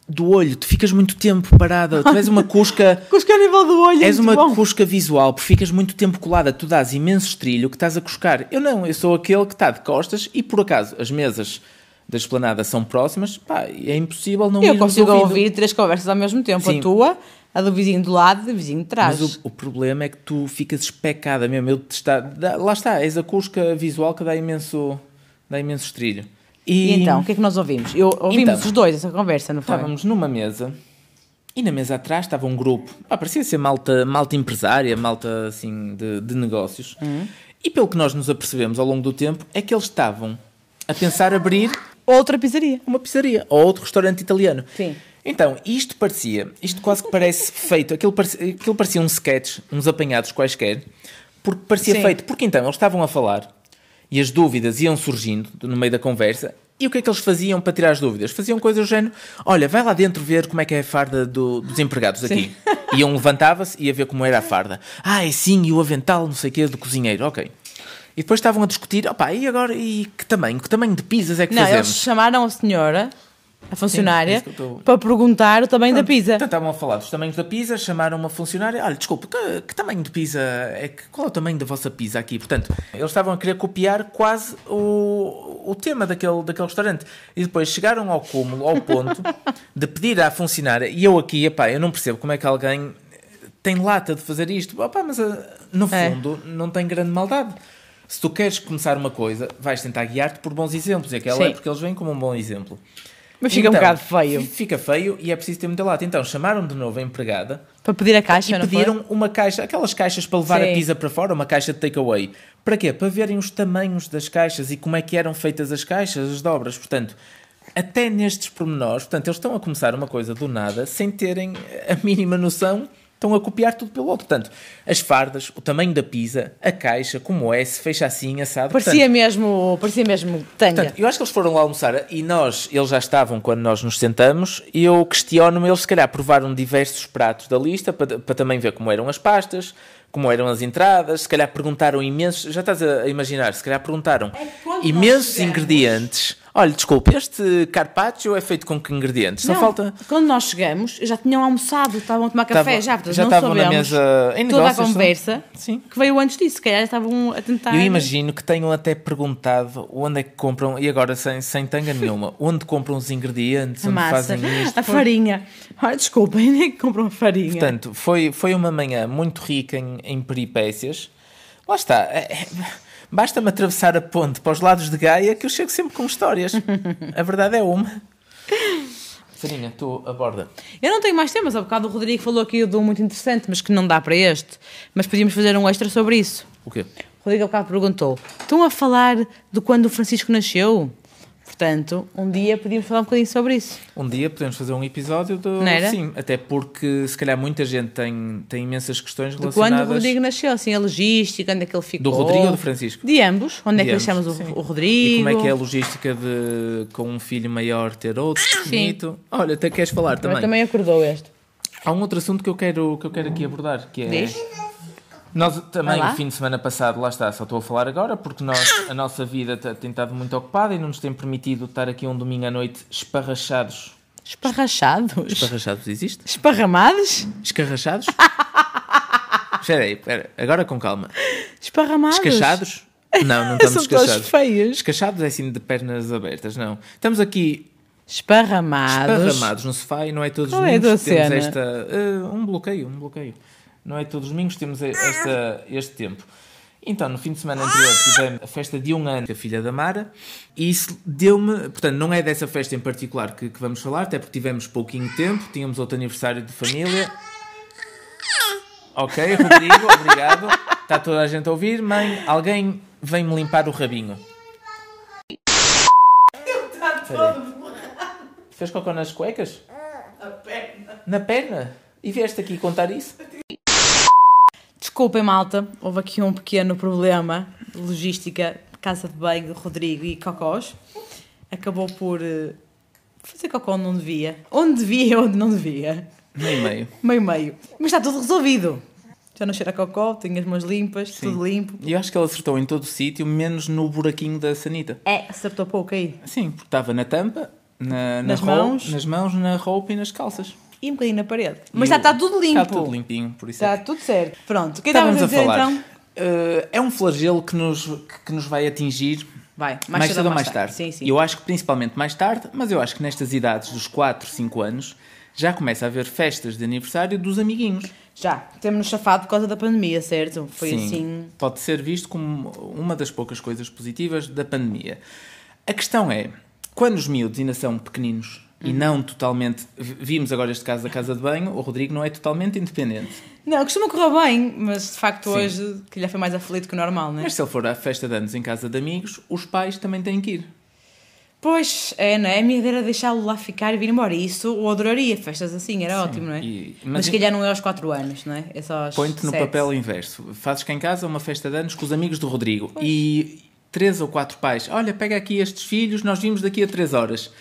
C: do olho. Tu ficas muito tempo parada. Tu és uma cusca...
B: Cusca a nível do olho,
C: És
B: és
C: uma
B: muito bom.
C: cusca visual, porque ficas muito tempo colada, tu dás imenso estrilho que estás a cuscar. Eu não, eu sou aquele que está de costas e por acaso as mesas da esplanada são próximas, pá, é impossível não
B: Eu
C: irmos
B: consigo
C: ouvindo.
B: ouvir três conversas ao mesmo tempo.
C: Sim.
B: A tua, a do vizinho do lado e do vizinho de trás.
C: Mas o, o problema é que tu ficas especada mesmo. Eu te está, dá- lá está, és a cusca visual que dá imenso, dá imenso estrilho.
B: E então, o que é que nós ouvimos? Eu, ouvimos
C: Então. Tá
B: os dois essa conversa, não foi?
C: Estávamos numa mesa e na mesa atrás estava um grupo. Ah, parecia ser malta, malta empresária, malta assim de, de negócios. E pelo que nós nos apercebemos ao longo do tempo é que eles estavam a pensar abrir
B: Outra pizzaria.
C: tipo uma pizzaria ou outro restaurante italiano.
B: Sim.
C: Então, isto parecia, isto quase que parece feito, aquilo parecia, aquilo parecia um sketch, uns apanhados quaisquer, porque parecia
B: Sim.
C: feito, porque então eles estavam a falar e as dúvidas iam surgindo no meio da conversa. E o que é que eles faziam para tirar as dúvidas? Faziam coisas do género: olha, vai lá dentro ver como é que é a farda do- dos empregados aqui. E um levantava-se e ia ver como era a farda. Ah, é sim, e o avental, não sei o quê, do cozinheiro, ok. E depois estavam a discutir: opá, e agora? E que tamanho? Que tamanho de pizzas é que
B: Não,
C: fazemos?
B: eles chamaram a senhora, a
C: é
B: funcionária,
C: isso que eu tô-
B: para perguntar o tamanho da pizza.
C: Então estavam a falar dos tamanhos da pizza, chamaram uma funcionária. Olha, desculpe, que, que tamanho de pizza é que. Qual é o tamanho da vossa pizza aqui? Portanto, eles estavam a querer copiar quase o, o tema daquele, daquele restaurante. E depois chegaram ao cúmulo, ao ponto de pedir à funcionária. E eu aqui, epá, eu não percebo como é que alguém tem lata de fazer isto. Opá, mas ah, no
B: É.
C: fundo não tem grande maldade. Se tu queres começar uma coisa, vais tentar guiar-te por bons exemplos. E aquela é
B: Sim.
C: porque eles vêm como um bom exemplo.
B: Mas fica um bocado feio.
C: fi- então. Fica feio e é preciso ter muita lata. Então chamaram de novo a empregada
B: Para pedir a caixa,
C: e
B: não foi?
C: pediram uma caixa, aquelas caixas para levar a
B: Sim.
C: pizza para fora, uma caixa de takeaway. Para quê? Para verem os tamanhos das caixas e como é que eram feitas as caixas, as dobras. Portanto, até nestes pormenores, portanto, eles estão a começar uma coisa do nada sem terem a mínima noção. Estão a copiar tudo pelo outro. Portanto, as fardas, o tamanho da pizza, a caixa, como é, se fecha assim, assado. Portanto,
B: Parecia mesmo, parecia mesmo tanga.
C: Portanto, eu acho que eles foram lá almoçar e nós, eles já estavam quando nós nos sentamos e eu questiono-me, eles se calhar provaram diversos pratos da lista para, para também ver como eram as pastas, como eram as entradas, se calhar perguntaram imensos, já estás a a imaginar, se calhar perguntaram
B: É, quando nós
C: imensos
B: chegamos-
C: ingredientes. Olha, desculpa, este carpaccio é feito com que ingredientes? Só
B: Não,
C: falta...
B: Quando nós chegamos, já tinham almoçado, estavam a tomar café,
C: Tava-
B: já, portanto,
C: já
B: não
C: estavam na
B: sabemos
C: mesa em
B: toda a
C: negócios, é?
B: conversa
C: Sim.
B: que veio antes disso. Se calhar estavam a tentar.
C: Eu imagino que tenham até perguntado onde é que compram, e agora sem, sem tanga nenhuma, onde compram os ingredientes,
B: a
C: onde
B: massa,
C: fazem isto.
B: a farinha. Olha, desculpem, nem é que compram farinha.
C: Portanto, foi, foi uma manhã muito rica em, em peripécias. Lá está. é- é- Basta-me atravessar a ponte para os lados de Gaia que eu chego sempre com histórias. a verdade é uma. Farinha, tu aborda.
B: Eu não tenho mais temas. Há bocado o Rodrigo falou aqui de um muito interessante, mas que não dá para este. Mas podíamos fazer um extra sobre isso.
C: O quê?
B: O Rodrigo há bocado perguntou: estão a falar de quando o Francisco nasceu? Portanto, um dia podíamos falar um bocadinho sobre isso.
C: Um dia podemos fazer um episódio do.
B: Não era?
C: Sim, até porque se calhar muita gente tem, tem imensas questões
B: De quando o
C: relacionadas.
B: Rodrigo nasceu, assim, a logística, onde é que ele ficou.
C: Do Rodrigo ou do Francisco?
B: De ambos. Onde é que
C: Digamos,
B: deixamos o,
C: sim.
B: o Rodrigo?
C: E como é que é a logística de com um filho maior ter outro pequenito? Olha, até queres falar
B: Mas
C: também?
B: também acordou este.
C: Há um outro assunto que eu quero, que eu quero aqui abordar, que é.
B: Diz?
C: Nós
B: Vai
C: também,
B: lá.
C: o fim de semana passado, lá está, só estou a falar agora, porque nós, a nossa vida tá- tem estado muito ocupada e não nos tem permitido estar aqui um domingo à noite esparrachados.
B: Esparrachados.
C: Esparrachados existe?
B: Esparramados?
C: Escarrachados? Espera aí, espera, agora com calma.
B: Esparramados.
C: Escachados? Não, não estamos
B: São todos
C: escachados.
B: feios.
C: Escachados é assim de pernas abertas, não. Estamos aqui
B: Esparramados.
C: Esparramados no sofá e não é todos os
B: Qual é a
C: domingos que
B: tua
C: temos
B: cena?
C: esta. eh, um bloqueio, um bloqueio. Não é todos os domingos que temos esta, este tempo. Então, no fim de semana anterior tivemos a festa de um ano com a filha da Mara e isso deu-me. Portanto, não é dessa festa em particular que, que vamos falar, até porque tivemos pouquinho tempo, tínhamos outro aniversário de família. Ok, Rodrigo, obrigado. Está toda a gente a ouvir. Mãe, alguém vem-me limpar o rabinho. Fez cocô nas cuecas? Na perna? E vieste aqui contar isso?
B: Desculpem, malta, houve aqui um pequeno problema de logística. Casa de banho, Rodrigo e Cocós. Acabou por eh, fazer cocó onde não devia. Onde devia e onde não devia.
C: Nem meio.
B: Meio-meio. Mas está tudo resolvido. Já não cheira a cocó, tenho as mãos limpas, tudo limpo.
C: E eu acho que ele acertou em todo o sítio, menos no buraquinho da sanita.
B: É, acertou pouco aí.
C: Sim, porque estava na tampa, na, na
B: Nas
C: roupa,
B: mãos.
C: nas mãos, na roupa e nas calças.
B: E um bocadinho na parede. Mas
C: E
B: está,
C: o-
B: está tudo limpo.
C: Está tudo limpinho, por isso é
B: Está
C: que-
B: tudo certo. Pronto, o que
C: Estávamos
B: estávamos a dizer então?
C: Eh, é um flagelo que nos, que, que nos vai atingir
B: Vai, mais
C: mais,
B: cedo
C: cedo
B: ou
C: ou mais
B: mais
C: tarde.
B: tarde. Sim, sim.
C: Eu acho que principalmente mais tarde, mas eu acho que nestas idades dos 4, 5 anos já começa a haver festas de aniversário dos amiguinhos.
B: Já, temos-nos chafado por causa da pandemia, certo? Foi assim.
C: Pode ser visto como uma das poucas coisas positivas da pandemia. A questão é, quando os miúdos ainda são pequeninos
B: Uhum.
C: e não totalmente. v- Vimos agora este caso da casa de banho, o Rodrigo não é totalmente independente.
B: Não, costuma correr bem, mas de facto
C: Sim.
B: hoje que lhe foi mais aflito que o normal, né?
C: Mas se ele for à festa de anos em casa de amigos, os pais também têm que ir.
B: Pois, é, não é? A minha ideia era deixá-lo lá ficar e vir embora. E Isso eu adoraria, festas assim, era ótimo, não é?
C: E- mas
B: mas se
C: e-
B: calhar não é aos 4 anos, não é? É só aos
C: Põe-te no
B: sete.
C: papel inverso. Fazes cá em casa uma festa de anos com os amigos do Rodrigo e três ou quatro pais. Olha, pega aqui estes filhos, nós vimos daqui a três horas.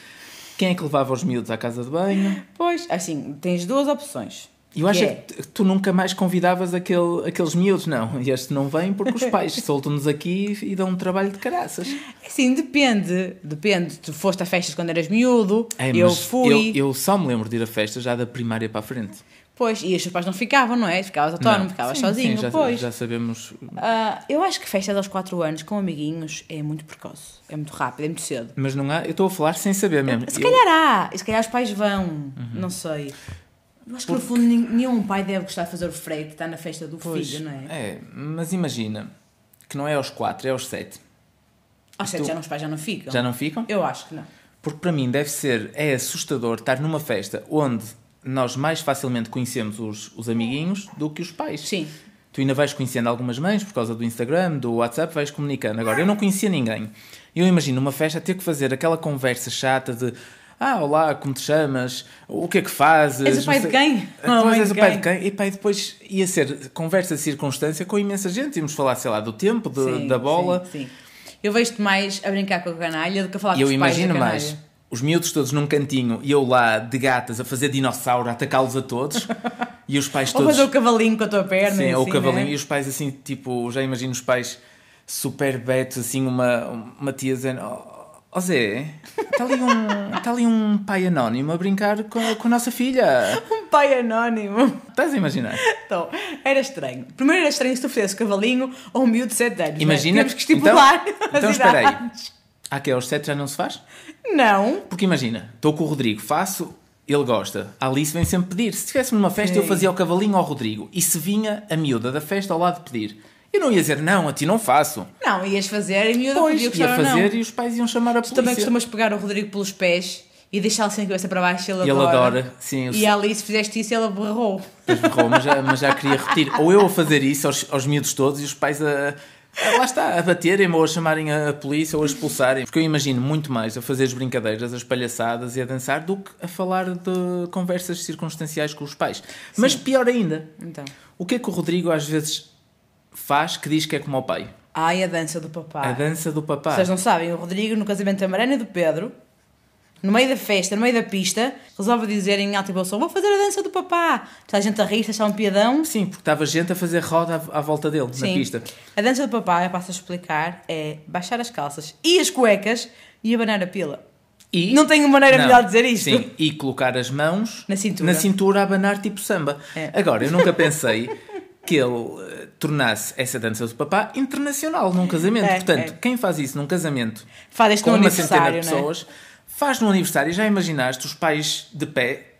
C: Quem é que levava os miúdos à casa de banho?
B: Pois, assim, tens duas opções.
C: Eu acho
B: que
C: é
B: é,
C: que tu nunca mais convidavas aquele, aqueles miúdos, não. Este não vem porque os pais soltam-nos aqui e dão um trabalho de caraças.
B: Assim, depende. Depende. Tu foste a festas quando eras miúdo,
C: É,
B: eu
C: mas
B: fui.
C: Eu, eu só me lembro de ir a festa já da primária para a frente.
B: Pois, e os teus pais não ficavam, não é? Ficavas autónomo,
C: Não.
B: ficavas
C: Sim,
B: sozinho,
C: sim, já,
B: pois.
C: já sabemos.
B: Ah, eu acho que festas aos 4 anos com amiguinhos é muito precoce, é muito rápido, é muito cedo.
C: Mas não há. Eu estou a falar sem saber mesmo.
B: Se
C: Eu- Uhum.
B: calhar há, e se calhar os pais vão, não sei. Eu acho que no fundo nin- nenhum pai deve gostar de fazer o freio que está na festa do filho, não é?
C: É, mas imagina que não é aos 4, é aos 7.
B: Acho que já não, os pais já não ficam.
C: Já não ficam?
B: Eu acho que não.
C: Porque para mim deve ser, é assustador estar numa festa onde nós mais facilmente conhecemos os, os amiguinhos do que os pais.
B: Sim.
C: Tu ainda vais conhecendo algumas mães por causa do Instagram, do WhatsApp, vais comunicando. Agora, eu não conhecia ninguém. Eu imagino uma festa ter que fazer aquela conversa chata de ah, olá, como te chamas? O que é que fazes?
B: És o pai
C: Não
B: de
C: sei-
B: quem?
C: Pois,
B: Ou a mãe
C: és
B: de
C: o pai
B: quem?
C: de quem? E pá, e depois ia ser conversa de circunstância com imensa gente. Íamos falar, sei lá, do tempo, de-
B: Sim,
C: da bola.
B: Sim, sim. Eu vejo-te mais a brincar com a canalha do que a falar
C: E
B: com
C: eu
B: os pais da
C: imagino
B: canalha.
C: mais os miúdos todos num cantinho e eu lá de gatas a fazer dinossauro, a atacá-los a todos. e os pais
B: Ou
C: todos.
B: fazer o cavalinho com a tua perna.
C: Sim,
B: e
C: ou o
B: assim,
C: cavalinho.
B: né?
C: E os pais assim, tipo, já imagino os pais super betos, assim, uma, uma tia dizendo. "Oh, Ó Zé, está ali, um, tá ali um pai anónimo a brincar com, a- com a nossa filha.
B: Um pai anónimo.
C: Estás a imaginar?
B: Então, era estranho. Primeiro era estranho se tu fizesse o cavalinho ou um miúdo de 7 anos.
C: Imagina-
B: Né? Temos que estipular
C: então-
B: as
C: então espera aí.
B: idades.
C: Ah, que é, aos sete já não se faz?
B: Não.
C: Porque imagina, estou com o Rodrigo, faço, ele gosta. A Alice vem sempre pedir. Se estivesse numa festa, eu
B: Sim.
C: fazia o cavalinho ao Rodrigo. E se vinha a miúda da festa ao lado pedir, eu não ia dizer, não, a ti não faço.
B: Não, ias fazer e o miúdo
C: Pois,
B: podia
C: ia
B: gostar ou
C: fazer
B: não.
C: e os pais iam chamar a
B: Tu
C: polícia.
B: também costumas pegar o Rodrigo pelos pés e deixá-lo sem a cabeça para baixo e ele
C: E ele
B: adora.
C: adora, sim, eu
B: E a Alice fizeste isso e ela borrou.
C: Depois berrou, mas já, mas já queria repetir. Ou eu a fazer isso aos, aos miúdos todos e os pais a. a- Lá está, a baterem-me ou a chamarem a a polícia ou a expulsarem. Porque eu imagino muito mais a fazer as brincadeiras, as palhaçadas e a dançar do que a falar de conversas circunstanciais com os pais. Mas pior ainda,
B: Então.
C: o que é que o Rodrigo às vezes faz que diz que é como o pai?
B: Ai, a dança do papá.
C: A dança do papá.
B: Ah. Vocês não sabem, o Rodrigo, no casamento da Mariana e do Pedro, no meio da festa, no meio da pista, resolve dizer em alta e boa som: Vou fazer a dança do papá. Está a gente a rir, está a achar um piadão.
C: Sim, porque estava gente a fazer roda à, à volta dele, na pista.
B: A dança do papá, eu passo a explicar, é baixar as calças e as cuecas e abanar a pila.
C: E...
B: Não tenho maneira melhor de dizer isto.
C: Sim, e colocar as mãos
B: Na cintura.
C: cintura a abanar tipo samba.
B: É.
C: Agora, eu nunca pensei que ele eh, tornasse essa dança do papá internacional num casamento.
B: É,
C: Portanto,
B: é.
C: quem faz isso num casamento
B: Faz este
C: com
B: no
C: uma centena de
B: aniversário, não é?
C: pessoas, faz num aniversário. Já imaginaste os pais de pé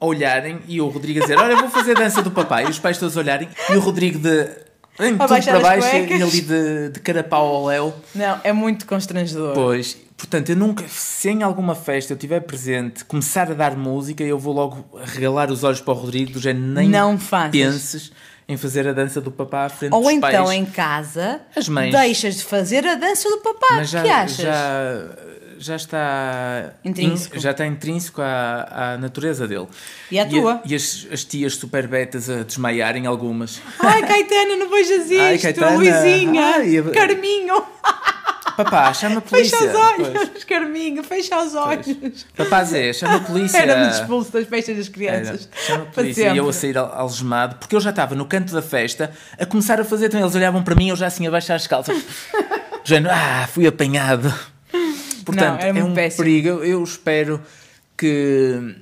C: a olharem e o Rodrigo a dizer: Olha, vou fazer a dança do papá. E os pais todos a olharem e o Rodrigo de. Em, tudo
B: baixar
C: para
B: as
C: baixo
B: cuecas.
C: e ali de, de carapau ao léu.
B: Não, é muito constrangedor.
C: Pois, portanto, eu nunca, se em alguma festa eu estiver presente, começar a dar música, eu vou logo regalar os olhos para o Rodrigo, do género nem
B: Não faças.
C: penses em em fazer a dança do papá à frente
B: Ou
C: dos
B: então
C: pais.
B: em casa,
C: As mães.
B: deixas de fazer a dança do papá. O
C: Mas já,
B: que achas?
C: já, já está
B: Intrínseco.
C: in- já está intrínseco à, à natureza dele.
B: E à tua.
C: E as, as tias super betas a desmaiarem algumas.
B: Ai, Caetano, não vejas isto.
C: Ai, Caetano.
B: Luizinha.
C: Ai, eu-
B: Carminho.
C: Papá, chama a polícia.
B: Fecha os olhos,
C: Pois,
B: Carminho. Fecha os olhos.
C: pois. Papá Zé, chama a polícia.
B: Era-nos expulso das festas das crianças.
C: Era. Chama a
B: Para
C: polícia. E eu assim, a
B: sempre.
C: sair al- algemado, porque eu já estava no canto da festa a começar a fazer também. Eles olhavam para mim, eu já assim a baixar as calças. Género, ah, fui apanhado. Portanto,
B: era
C: é
B: muito
C: um
B: péssimo.
C: perigo. Eu- Eu espero que,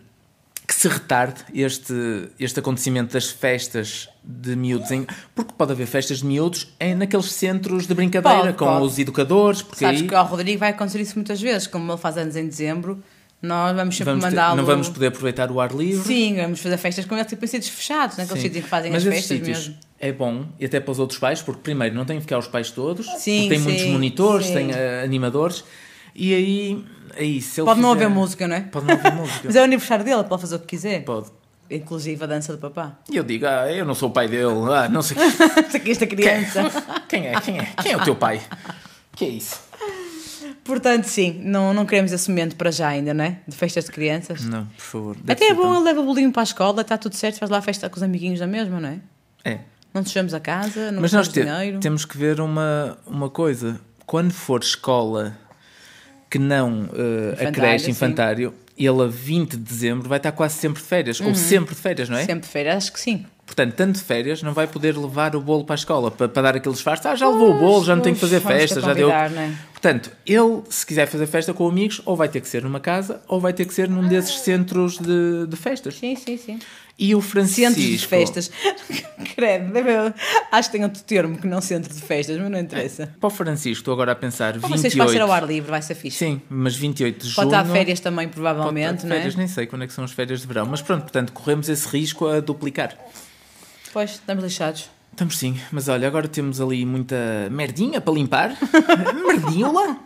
C: que se retarde este, este acontecimento das festas de miúdos, em- porque pode haver festas de miúdos em, naqueles centros de brincadeira
B: Pode,
C: com
B: pode.
C: os educadores, porque
B: Sabes
C: aí
B: que ao Rodrigo vai acontecer isso muitas vezes, como ele faz anos em dezembro, nós vamos sempre
C: vamos ter-
B: mandá-lo.
C: não vamos poder aproveitar o ar livre.
B: Sim, vamos fazer festas com ele, tipo em sítios fechados, naqueles
C: Sim.
B: sítios em que fazem
C: Mas
B: as
C: esses
B: festas
C: sítios
B: mesmo.
C: É bom, e até para os outros pais, porque primeiro não tem que ficar os pais todos,
B: Sim, Ah,
C: porque tem
B: sim,
C: muitos monitores,
B: sim.
C: tem eh, animadores, e aí é isso.
B: Pode não haver música, não é?
C: Pode não haver música.
B: Mas é o aniversário dele, pode fazer o que quiser.
C: Pode.
B: Inclusive a dança do papá.
C: E eu digo, ah, eu não sou o pai dele, ah, não sei
B: Esta aqui, esta criança.
C: quem é, quem é, quem é o teu pai? Que é isso?
B: Portanto, sim, não, não queremos esse momento para já ainda, não é? De festas de crianças.
C: Não, por favor. Hum, deve
B: Até
C: ser
B: é bom,
C: tão-
B: ele leva o bolinho para a escola, está tudo certo, faz lá a festa com os amiguinhos da mesma, não é?
C: É.
B: Não deixamos a casa, não
C: Mas nós
B: gastamos
C: te-
B: dinheiro.
C: temos que ver uma, uma coisa. Quando for escola que não eh, a
B: Infantário,
C: creche
B: sim.
C: infantário, ele a 20 de dezembro vai estar quase sempre de férias, ou sempre de férias, não é?
B: Uhum. Sempre feira, acho que sim.
C: Portanto, tanto de fférias, não vai poder levar o bolo para a escola para, para dar aquele disfarce. Ah, já levou o bolo, já não tem que fazer
B: Vamos ter
C: festa, já deu.
B: convidar, não é?
C: Portanto, ele, se quiser fazer festa com amigos, ou vai ter que ser numa casa, ou vai ter que
B: Ah.
C: ser num desses centros de, de festas.
B: Sim, sim, sim.
C: E o Francisco.
B: Centros de festas. Credo, deve- acho que tem outro termo que não centro de festas, mas não interessa.
C: Para o Francisco, estou agora a pensar,
B: Para
C: 28.
B: vocês vai ser ao ar livre, vai ser fixe.
C: Sim, mas 28 de
B: Pode
C: junho.
B: estar de férias também,
C: pode estar de
B: provavelmente, não é?
C: férias, nem sei quando é que são as férias de verão. Mas pronto, portanto, corremos esse risco a duplicar.
B: Pois, estamos lixados.
C: Estamos sim, mas olha, agora temos ali muita merdinha para limpar. Merdiola?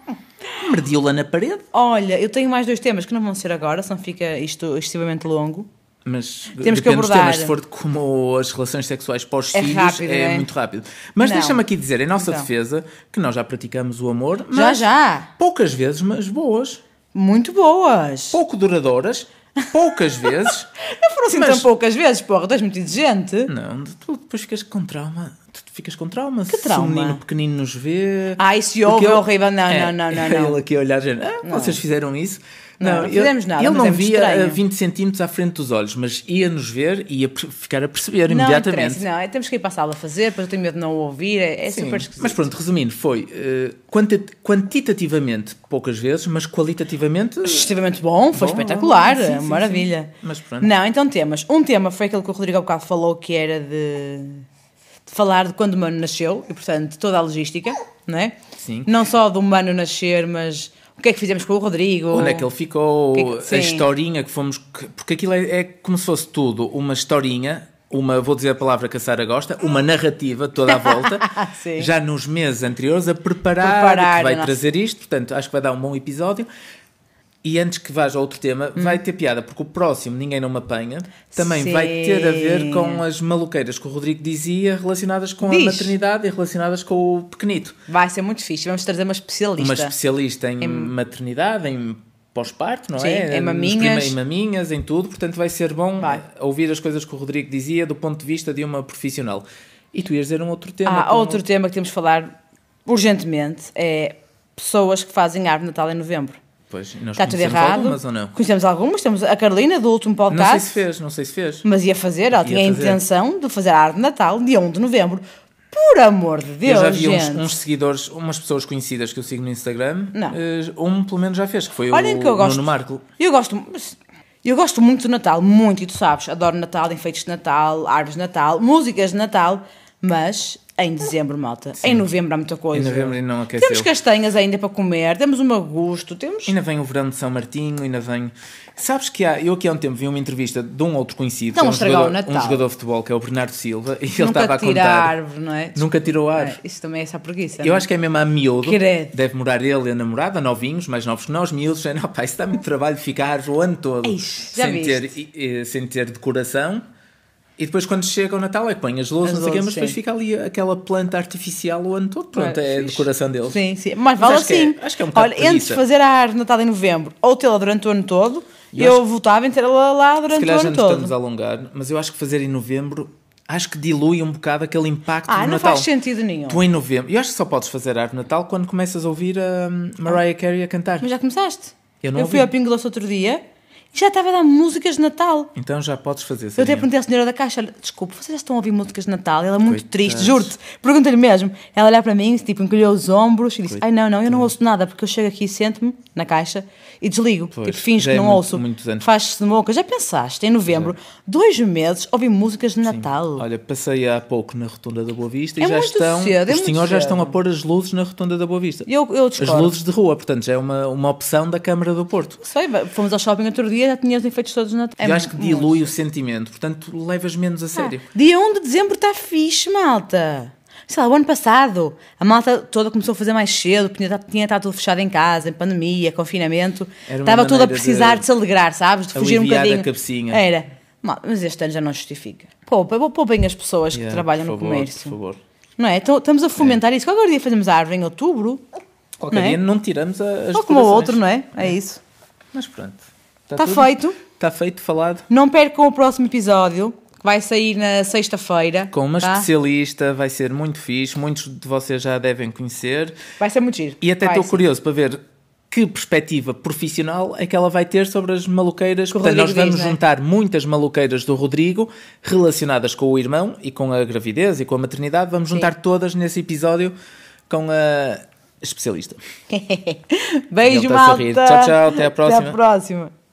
C: Merdiola na parede?
B: Olha, eu tenho mais dois temas que não vão ser agora, senão fica isto excessivamente longo.
C: Mas
B: Temos que
C: depende dos
B: abordar.
C: temas, se for de como as relações sexuais pós
B: É
C: filhos,
B: rápido,
C: é
B: não é?
C: muito rápido. Mas
B: Não.
C: deixa-me aqui dizer, em nossa
B: Então.
C: defesa, que nós já praticamos o amor,
B: Já,
C: mas
B: já!
C: poucas vezes, mas boas.
B: Muito boas!
C: Pouco duradouras, poucas vezes.
B: Não foram Hum. assim tão
C: Mas-
B: poucas vezes, porra, tu és muito exigente.
C: Não, tu depois ficas com trauma. Tu ficas com trauma. se
B: trauma?
C: o menino pequenino nos vê.
B: Ai, se
C: Porque
B: ouve,
C: ele-
B: é horrível. Não, não, não, não, não.
C: Ele aqui a olhar, dizendo, ah, vocês fizeram isso.
B: Não, não fizemos nada,
C: Ele
B: mas
C: não
B: é muito
C: via
B: estranho.
C: a 20 centímetros à frente dos olhos, mas ia nos ver e ia per- ficar a perceber
B: Não,
C: imediatamente.
B: interessa, não, é, temos que ir para a sala fazer, depois eu tenho medo de não ouvir, é, é
C: Sim,
B: super esquisito.
C: mas pronto, resumindo, foi eh, quanti- quantitativamente poucas vezes, mas qualitativamente.
B: Extremamente bom, foi
C: Bom,
B: espetacular, é
C: bom, sim, sim,
B: maravilha.
C: sim. Mas pronto.
B: Não, então temas. Um tema foi aquele que o Rodrigo há bocado falou, que era de, de falar de quando o Mano nasceu, e portanto toda a logística, não é?
C: Sim.
B: Não só do Mano nascer, mas o que é que fizemos com o Rodrigo.
C: Onde é que ele ficou?
B: Que- sim.
C: a historinha que fomos. que- Porque aquilo é, é como se fosse tudo uma historinha, uma, vou dizer a palavra que a Sara gosta, uma narrativa toda à volta,
B: Sim.
C: já nos meses anteriores, a preparar,
B: Preparar,
C: que vai
B: nossa.
C: trazer isto, portanto acho que vai dar um bom episódio. E antes que vás a outro tema, vai ter piada, porque o próximo Ninguém Não Me Apanha também
B: Hum. Sim.
C: vai ter a ver com as maluqueiras que o Rodrigo dizia relacionadas com
B: Diz.
C: a maternidade e relacionadas com o pequenito
B: Vai ser muito fixe, vamos trazer uma especialista.
C: uma especialista em, maternidade, em pós-parto, não
B: Sim,
C: é?
B: em
C: Nos
B: maminhas.
C: prime- Em maminhas, em tudo. Portanto, vai ser bom eh,
B: Vai.
C: ouvir as coisas que o Rodrigo dizia do ponto de vista de uma profissional. E tu ias dizer um outro tema.
B: Há
C: como-
B: Ah, outro tema que temos de falar urgentemente, é pessoas que fazem árvore de Natal em novembro.
C: Pois, nós
B: Está Tá tudo
C: conhecemos
B: errado. Tá
C: algumas ou não?
B: Conhecemos algumas, temos a Carolina do último
C: Não sei
B: podcast.
C: se fez, não sei se fez.
B: Mas ia fazer, ela
C: Ia
B: tinha a
C: fazer.
B: intenção de fazer a árvore de Natal dia 1 de novembro. Por amor de Deus,
C: eu já vi uns,
B: gente.
C: uns seguidores, umas pessoas conhecidas que eu sigo no Instagram.
B: Não.
C: eh, Um pelo menos já fez, que foi
B: Olhem
C: o
B: que eu gosto.
C: Nuno Marco.
B: Eu gosto. Eu gosto muito do Natal, muito, e tu sabes, adoro Natal, enfeites de Natal, árvores de Natal, músicas de Natal, mas em dezembro, malta. Em novembro há muita coisa.
C: Em novembro ainda não aqueceu.
B: Temos castanhas ainda para comer, temos um agosto, temos.
C: Ainda vem o verão de São Martinho, ainda vem. Sabes que há, eu aqui há um tempo vi uma entrevista de um outro conhecido,
B: Estão
C: que é
B: a
C: um,
B: estragar
C: jogador,
B: o Natal.
C: um jogador de futebol, que é o Bernardo Silva, e ele
B: Nunca
C: estava a
B: tira
C: contar.
B: a árvore, não é?
C: Nunca tirou ar.
B: É, Isso também é essa preguiça.
C: Eu
B: não é?
C: acho que é mesmo a miúdo.
B: Credo.
C: Deve morar ele e a namorada, novinhos, mais novos que nós, miúdos. É, não, pá, isso dá muito trabalho ficar o ano todo
B: Ixi, já
C: sem,
B: viste.
C: ter, e- e- sem ter decoração. E depois quando chega o Natal é que põe as
B: As
C: luzes, não sei o quê,
B: luzes,
C: mas depois
B: sim.
C: fica ali aquela planta artificial o ano todo. Pronto,
B: Ah,
C: é a
B: fixe.
C: decoração deles.
B: Sim, sim. Mas vale
C: acho que é-
B: assim.
C: acho que é um bocado
B: Olha,
C: preguiça.
B: entre fazer a árvore de Natal em novembro ou tê-la durante o ano todo,
C: Eu
B: eu,
C: acho
B: votava em tê-la lá
C: Se
B: durante o
C: calhar já
B: ano
C: nos estamos
B: todo.
C: a alongar, mas eu acho que fazer em novembro acho que dilui um bocado aquele impacto
B: Ah,
C: do
B: não
C: Natal.
B: faz sentido nenhum.
C: Tu em novembro, eu acho que só podes fazer árvore de Natal quando começas a ouvir a hum, Mariah Carey a cantar.
B: Mas já começaste?
C: Eu não
B: fui
C: ouvi.
B: ao Pingo Doce outro dia e já estava a dar músicas de Natal.
C: Então já podes fazer.
B: Eu até
C: Sarinha.
B: perguntei à senhora da caixa, olha, desculpe, vocês já estão a ouvir músicas de Natal? Ela é muito
C: Coitados.
B: triste, juro-te. Pergunta-lhe mesmo. Ela olhar para mim, tipo, encolheu os ombros e disse, ai não, não, eu não ouço nada, porque eu chego aqui, sento-me na caixa e desligo.
C: Pois,
B: tipo, finjo
C: já
B: que
C: é
B: não
C: muito-
B: ouço.
C: muitos anos.
B: Faz-se de moca. Já pensaste, em novembro, dois meses, ouvir músicas de Natal?
C: Olha, passei há pouco na Rotunda da Boa Vista
B: É
C: e já
B: muito
C: estão.
B: cedo, é
C: os
B: muito
C: senhores já
B: cedo.
C: estão a pôr as luzes na Rotunda da Boa Vista.
B: Eu, eu
C: As
B: discordo.
C: luzes de rua, portanto, já é uma, uma opção da Câmara do Porto.
B: Sei, fomos ao shopping outro dia, já tinha os efeitos todos de Natal. É
C: eu acho que
B: muito- Ah,
C: dilui o sentimento, portanto, levas menos a sério.
B: Dia 1 de dezembro está fixe, malta. Sei lá, o ano passado, a malta toda começou a fazer mais cedo, tinha ta- tinha estado tudo fechado em casa, em pandemia, confinamento.
C: Era uma
B: Estava toda a
C: maneira
B: precisar
C: de
B: de, se alegrar, sabes? De fugir um
C: aliviar a
B: bocadinho.
C: cabecinha.
B: Era. Mal- Mas este ano já não justifica. Poupa, poupem as pessoas que
C: Yeah,
B: trabalham
C: por
B: no
C: favor,
B: comércio.
C: Por favor.
B: Não é? Então, estamos a fomentar isso. Qualquer dia fazemos a árvore em outubro.
C: Qualquer
B: Não é?
C: dia não tiramos a- as
B: ou como o
C: decorações.
B: outro, não é? É isso.
C: Mas pronto. Tá
B: Está Tá feito.
C: Está feito, falado.
B: Não percam o próximo episódio, que vai sair na sexta-feira.
C: Com uma
B: tá?
C: especialista, vai ser muito fixe. Muitos de vocês já a devem conhecer.
B: Vai ser muito giro.
C: E até
B: Vai
C: estou
B: ser.
C: curioso para ver que perspectiva profissional é que ela vai ter sobre as maluqueiras.
B: Que o
C: Portanto, nós
B: Rodrigo
C: vamos
B: diz, não é?
C: juntar muitas maluqueiras do Rodrigo relacionadas com o irmão e com a gravidez e com a maternidade. Vamos juntar todas nesse episódio com a especialista.
B: Beijo,
C: Ele tá a
B: malta.
C: sorrir. Tchau, tchau, até à
B: Até
C: próxima.
B: a próxima.